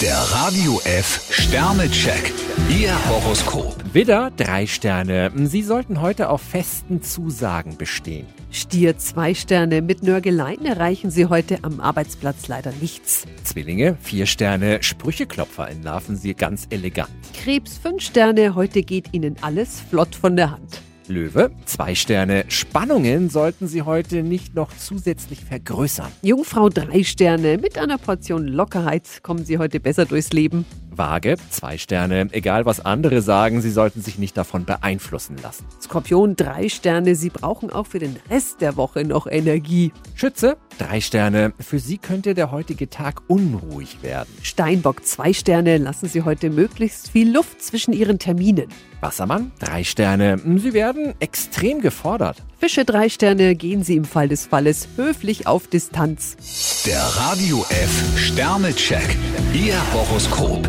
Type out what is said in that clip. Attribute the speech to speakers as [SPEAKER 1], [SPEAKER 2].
[SPEAKER 1] Der Radio F Sternecheck. Ihr Horoskop.
[SPEAKER 2] Widder, drei Sterne. Sie sollten heute auf festen Zusagen bestehen.
[SPEAKER 3] Stier zwei Sterne. Mit Nörgeleien erreichen Sie heute am Arbeitsplatz leider nichts.
[SPEAKER 2] Zwillinge, vier Sterne. Sprücheklopfer entlarven Sie ganz elegant.
[SPEAKER 3] Krebs fünf Sterne. Heute geht Ihnen alles flott von der Hand.
[SPEAKER 2] Löwe, zwei Sterne. Spannungen sollten Sie heute nicht noch zusätzlich vergrößern.
[SPEAKER 3] Jungfrau drei Sterne. Mit einer Portion Lockerheit kommen Sie heute besser durchs Leben.
[SPEAKER 2] Waage, zwei Sterne. Egal was andere sagen, Sie sollten sich nicht davon beeinflussen lassen.
[SPEAKER 3] Skorpion drei Sterne. Sie brauchen auch für den Rest der Woche noch Energie.
[SPEAKER 2] Schütze, drei Sterne. Für Sie könnte der heutige Tag unruhig werden.
[SPEAKER 3] Steinbock zwei Sterne. Lassen Sie heute möglichst viel Luft zwischen Ihren Terminen.
[SPEAKER 2] Wassermann, drei Sterne. Sie werden extrem gefordert.
[SPEAKER 3] Fische drei Sterne. Gehen Sie im Fall des Falles höflich auf Distanz.
[SPEAKER 1] Der Radio F Sternecheck. Ihr Horoskop.